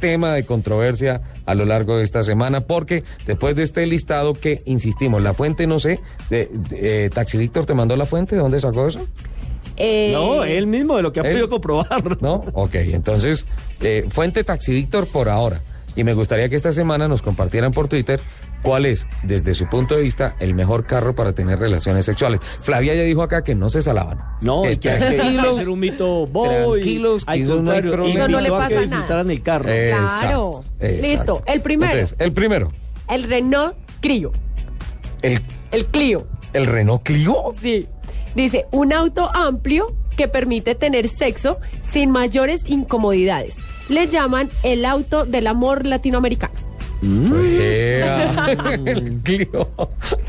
tema de controversia a lo largo de esta semana, porque después de este listado que, insistimos, la fuente no sé, de, de- eh, Taxi Víctor te mandó la fuente, ¿de dónde sacó eso? Eh, No, él mismo, de lo que ha Él- podido comprobar. ¿No? Ok, entonces, eh, fuente Taxi Víctor por ahora. Y me gustaría que esta semana nos compartieran por Twitter cuál es, desde su punto de vista, el mejor carro para tener relaciones sexuales. Flavia ya dijo acá que no se salaban. No, Que y que hay que tranquilos, hacer un mito boy. Tranquilos, que al eso no hay contrario, problema. Eso no le invitó a que pasa disfrutaran nada. el carro. Eh, Claro. exacto, Listo, exacto. el primero. Entonces, el primero. El Renault Clio. El, El Clio. el Renault Clio. Sí. Dice, un auto amplio que permite tener sexo sin mayores incomodidades. Le llaman el auto del amor latinoamericano. Ea, Mm. el Clio.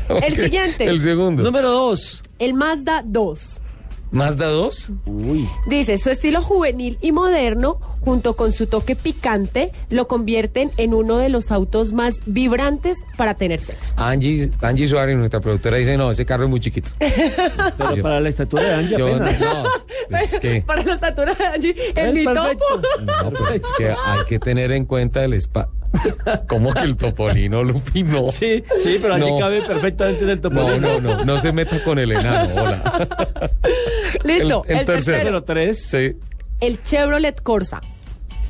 El Ok, siguiente. El segundo. Número dos. El Mazda 2. ¿Mazda 2? Uy. Dice, su estilo juvenil y moderno, junto con su toque picante, lo convierten en uno de los autos más vibrantes para tener sexo. Angie, Angie Suárez, nuestra productora, dice, no, ese carro es muy chiquito. Pero Yo- para la estatura de Angie Yo, no, apenas. es que, Para la estatura de allí, en Es mi perfecto. topo. no, pues es que hay que tener en cuenta el spa. ¿Cómo que el topolino, Lupi? No. Sí, sí, pero Angie No. cabe perfectamente en el topo. No, no, no, no se meta con el enano, hola. Listo, El- el tercero. el, tercero. Número tres. Sí. El Chevrolet Corsa.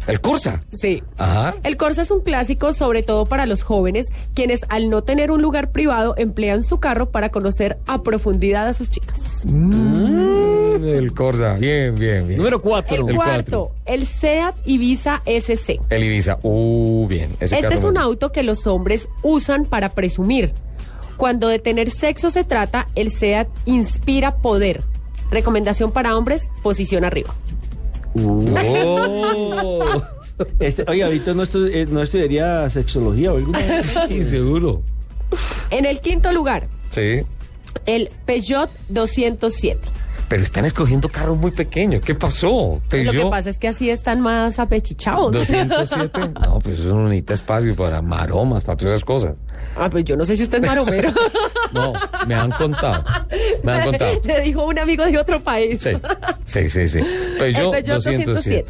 El Cursa. Sí. Ajá. El Corsa es un clásico, sobre todo para los jóvenes, quienes al no tener un lugar privado emplean su carro para conocer a profundidad a sus chicas. Mm, el Corsa. Bien, bien, bien. Número cuatro. El, El cuarto, cuatro. el Seat Ibiza SC. El Ibiza. Uh, bien. Ese carro Este es me un gusta. auto que los hombres usan para presumir. Cuando de tener sexo se trata, el Seat inspira poder. Recomendación para hombres, posición arriba. Oh. Este, oiga, Víctor, ¿no, estu- eh, no estudiaría sexología o algo? Y seguro. En el quinto lugar, Sí. el Peugeot 207. Pero están escogiendo carros muy pequeños. ¿Qué pasó? Lo que Peugeot pasa es que así están más apechichados. 207. No, pues eso no necesita espacio para maromas, para todas esas cosas. Ah, pues yo no sé si usted es maromero. No, me han contado. Me han contado. Le dijo un amigo de otro país. Sí, Pues sí, sí. sí. Peugeot, el Peugeot 207. 207.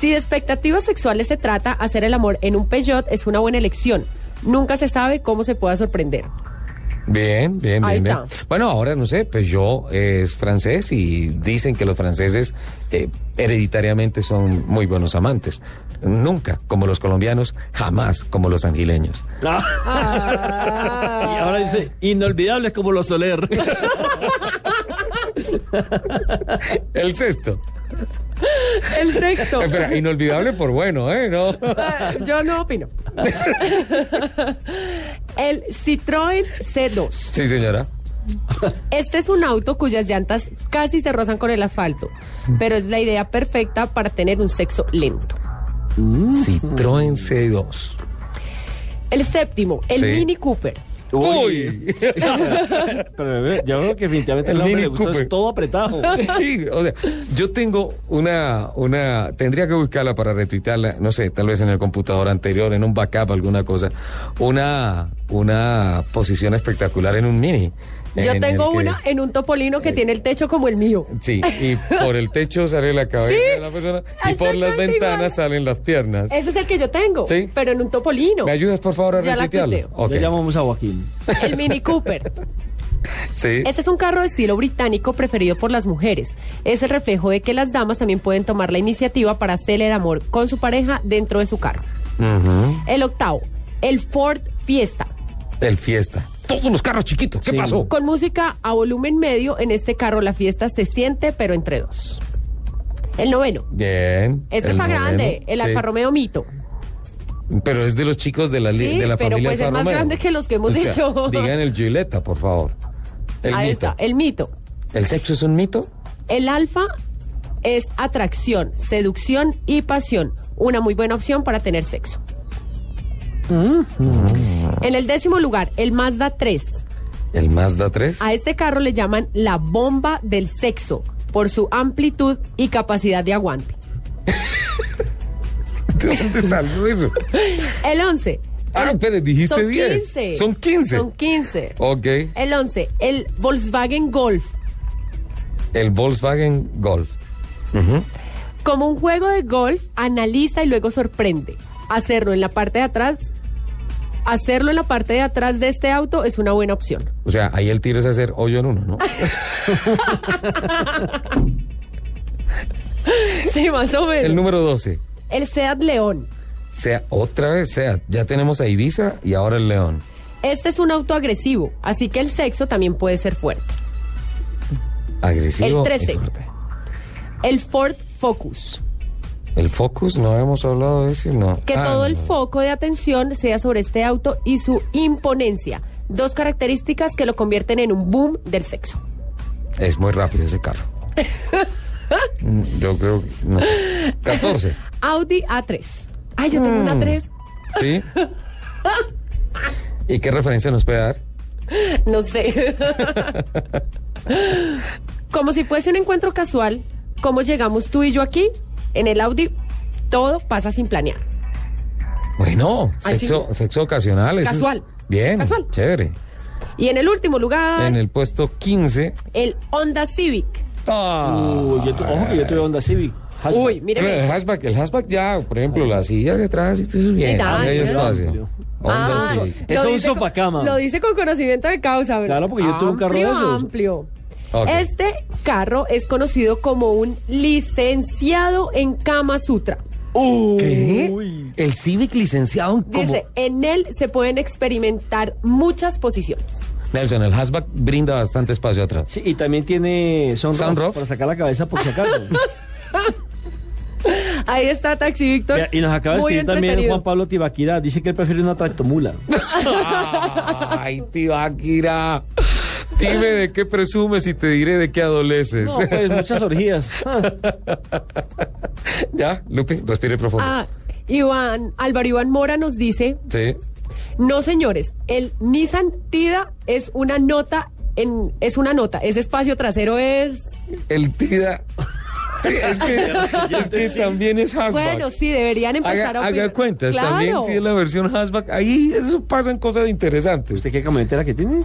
Si de expectativas sexuales se trata, hacer el amor en un Peugeot es una buena elección. Nunca se sabe cómo se pueda sorprender. Bien, bien, Ahí bien, bien. está. Bueno, ahora no sé, Peugeot es francés y dicen que los franceses eh, hereditariamente son muy buenos amantes. Nunca, como los colombianos, jamás, como los angileños. No. Ah. Y ahora dice, inolvidables como los Soler. El sexto. El sexto. Espera, inolvidable por bueno, ¿eh? No. Ah, Yo no opino. El Citroën C2. Sí, señora. Este es un auto cuyas llantas casi se rozan con el asfalto, pero es la idea perfecta para tener un sexo lento. Citroën C2. El séptimo, el Sí. Mini Cooper. Uy. Pero bebé, yo creo que definitivamente El el hombre Mini le gusta Cooper. es todo apretado. Sí, o sea, yo tengo una, una, tendría que buscarla para retuitearla, no sé, tal vez en el computador anterior, en un backup, alguna cosa, una, una posición espectacular en un mini. Yo en tengo el que- Eh, una en un topolino que tiene el techo como el mío. Sí, y por el techo sale la cabeza Sí, de la persona y por las exactamente igual. ventanas salen las piernas. Ese es el que yo tengo, Sí. pero en un topolino. ¿Me ayudas por favor a Ya la retuitearla? tuiteo. Ok. Le llamamos a Joaquín. El Mini Cooper. Sí. Este es un carro de estilo británico preferido por las mujeres. Es el reflejo de que las damas también pueden tomar la iniciativa para hacer el amor con su pareja dentro de su carro. Ujú. El octavo, el Ford Fiesta. El fiesta. Todos los carros chiquitos. ¿Qué Sí. pasó? Con música a volumen medio, en este carro la fiesta se siente, pero entre dos. El noveno. Bien. Este el está noveno. grande, el Sí. Alfa Romeo Mito. Pero es de los chicos de la, li- Sí, de la pero familia pues es Alfa más Romeo. grande que los que hemos O sea, hecho. Digan el Gileta, por favor. El Ahí mito. está, el mito. ¿El sexo es un mito? El alfa es atracción, seducción y pasión. Una muy buena opción para tener sexo. En el décimo lugar, el Mazda 3. ¿El Mazda 3? A este carro le llaman la bomba del sexo por su amplitud y capacidad de aguante. ¿De dónde salió eso? El 11. Ah, no, espere, dijiste Son 10. 15. Son Oh. 15. Son 15. Ok. El 11, el Volkswagen Golf. El Volkswagen Golf. Ujú. Como un juego de golf, analiza y luego sorprende. Hacerlo en la parte de atrás, hacerlo en la parte de atrás de este auto es una buena opción. O sea, ahí el tiro es hacer hoyo en uno, ¿no? Sí, más o menos. el número 12. El Seat León. Sea, otra vez, sea, ya tenemos a Ibiza y ahora el León. Este es un auto agresivo, así que el sexo también puede ser fuerte. Agresivo. El y 13. fuerte. El Ford Focus. El Focus, no hemos hablado de ese, no. Que Ah, todo el no. foco de atención sea sobre este auto y su imponencia. Dos características que lo convierten en un boom del sexo. Es muy rápido ese carro. Mm, Yo creo que. No. sé. 14. Audi A3. Ay, yo tengo Mm. una A3. ¿Sí? ¿Y qué referencia nos puede dar? No sé. como si fuese un encuentro casual, ¿cómo llegamos tú y yo aquí? En el Audi, todo pasa sin planear. Bueno, Así. sexo, sexo ocasional. eso es- Casual. bien. Casual. Chévere. Y en el último lugar, En el puesto 15. el Honda Civic. Ah, Uy, yo tu- ojo que yo tuve Honda Civic. Hatchback. Uy, Pero míreme. el eso. hatchback, el hatchback ya, por ejemplo, las sillas de atrás, esto es bien, Ya, amplio y ya. espacio. Honda Ah, Civic. Eso es lo un dice con- sofacama. Lo dice con conocimiento de causa, ¿verdad? Claro, porque yo tuve un carro de Amplio, esos. amplio. Ok. Este carro es conocido como un licenciado en Kama Sutra. Uy. El Civic licenciado como Dice, en él se pueden experimentar muchas posiciones. Nelson, el hatchback brinda bastante espacio atrás. Sí, y también tiene Sunroof. sunroof para sacar la cabeza por si acaso. Ahí está Taxi Víctor. Vea, y nos acaba de Muy escribir también entretenido. Juan Pablo Tibaquirá. Dice que él prefiere una tractomula. Ay, tío Akira. Dime de qué presumes y te diré de qué adoleces. No, pues muchas orgías. Ah, ya, Lupe, respire profundo. Ah, Iván, Álvaro Iván Mora nos dice, Sí. no señores, el Nissan Tida es una nota, en, es una nota, ese espacio trasero es... El Tida. Sí, es que, es que también es hatchback. Bueno, sí, deberían empezar Haga, a haga opinar. cuentas, Claro. también si es la versión hatchback, ahí eso pasan cosas interesantes. ¿Usted qué camioneta que tiene?